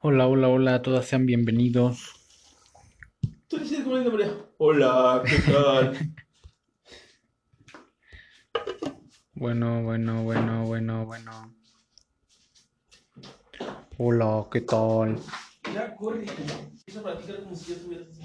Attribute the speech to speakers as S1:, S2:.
S1: Hola, hola, hola, a todas sean bienvenidos.
S2: Tú dices como dice María. Hola, ¿qué tal?
S1: Bueno, bueno, bueno, bueno, bueno. Hola, ¿qué tal?
S2: ya corre. Empieza a platicar como si ya estuvieras.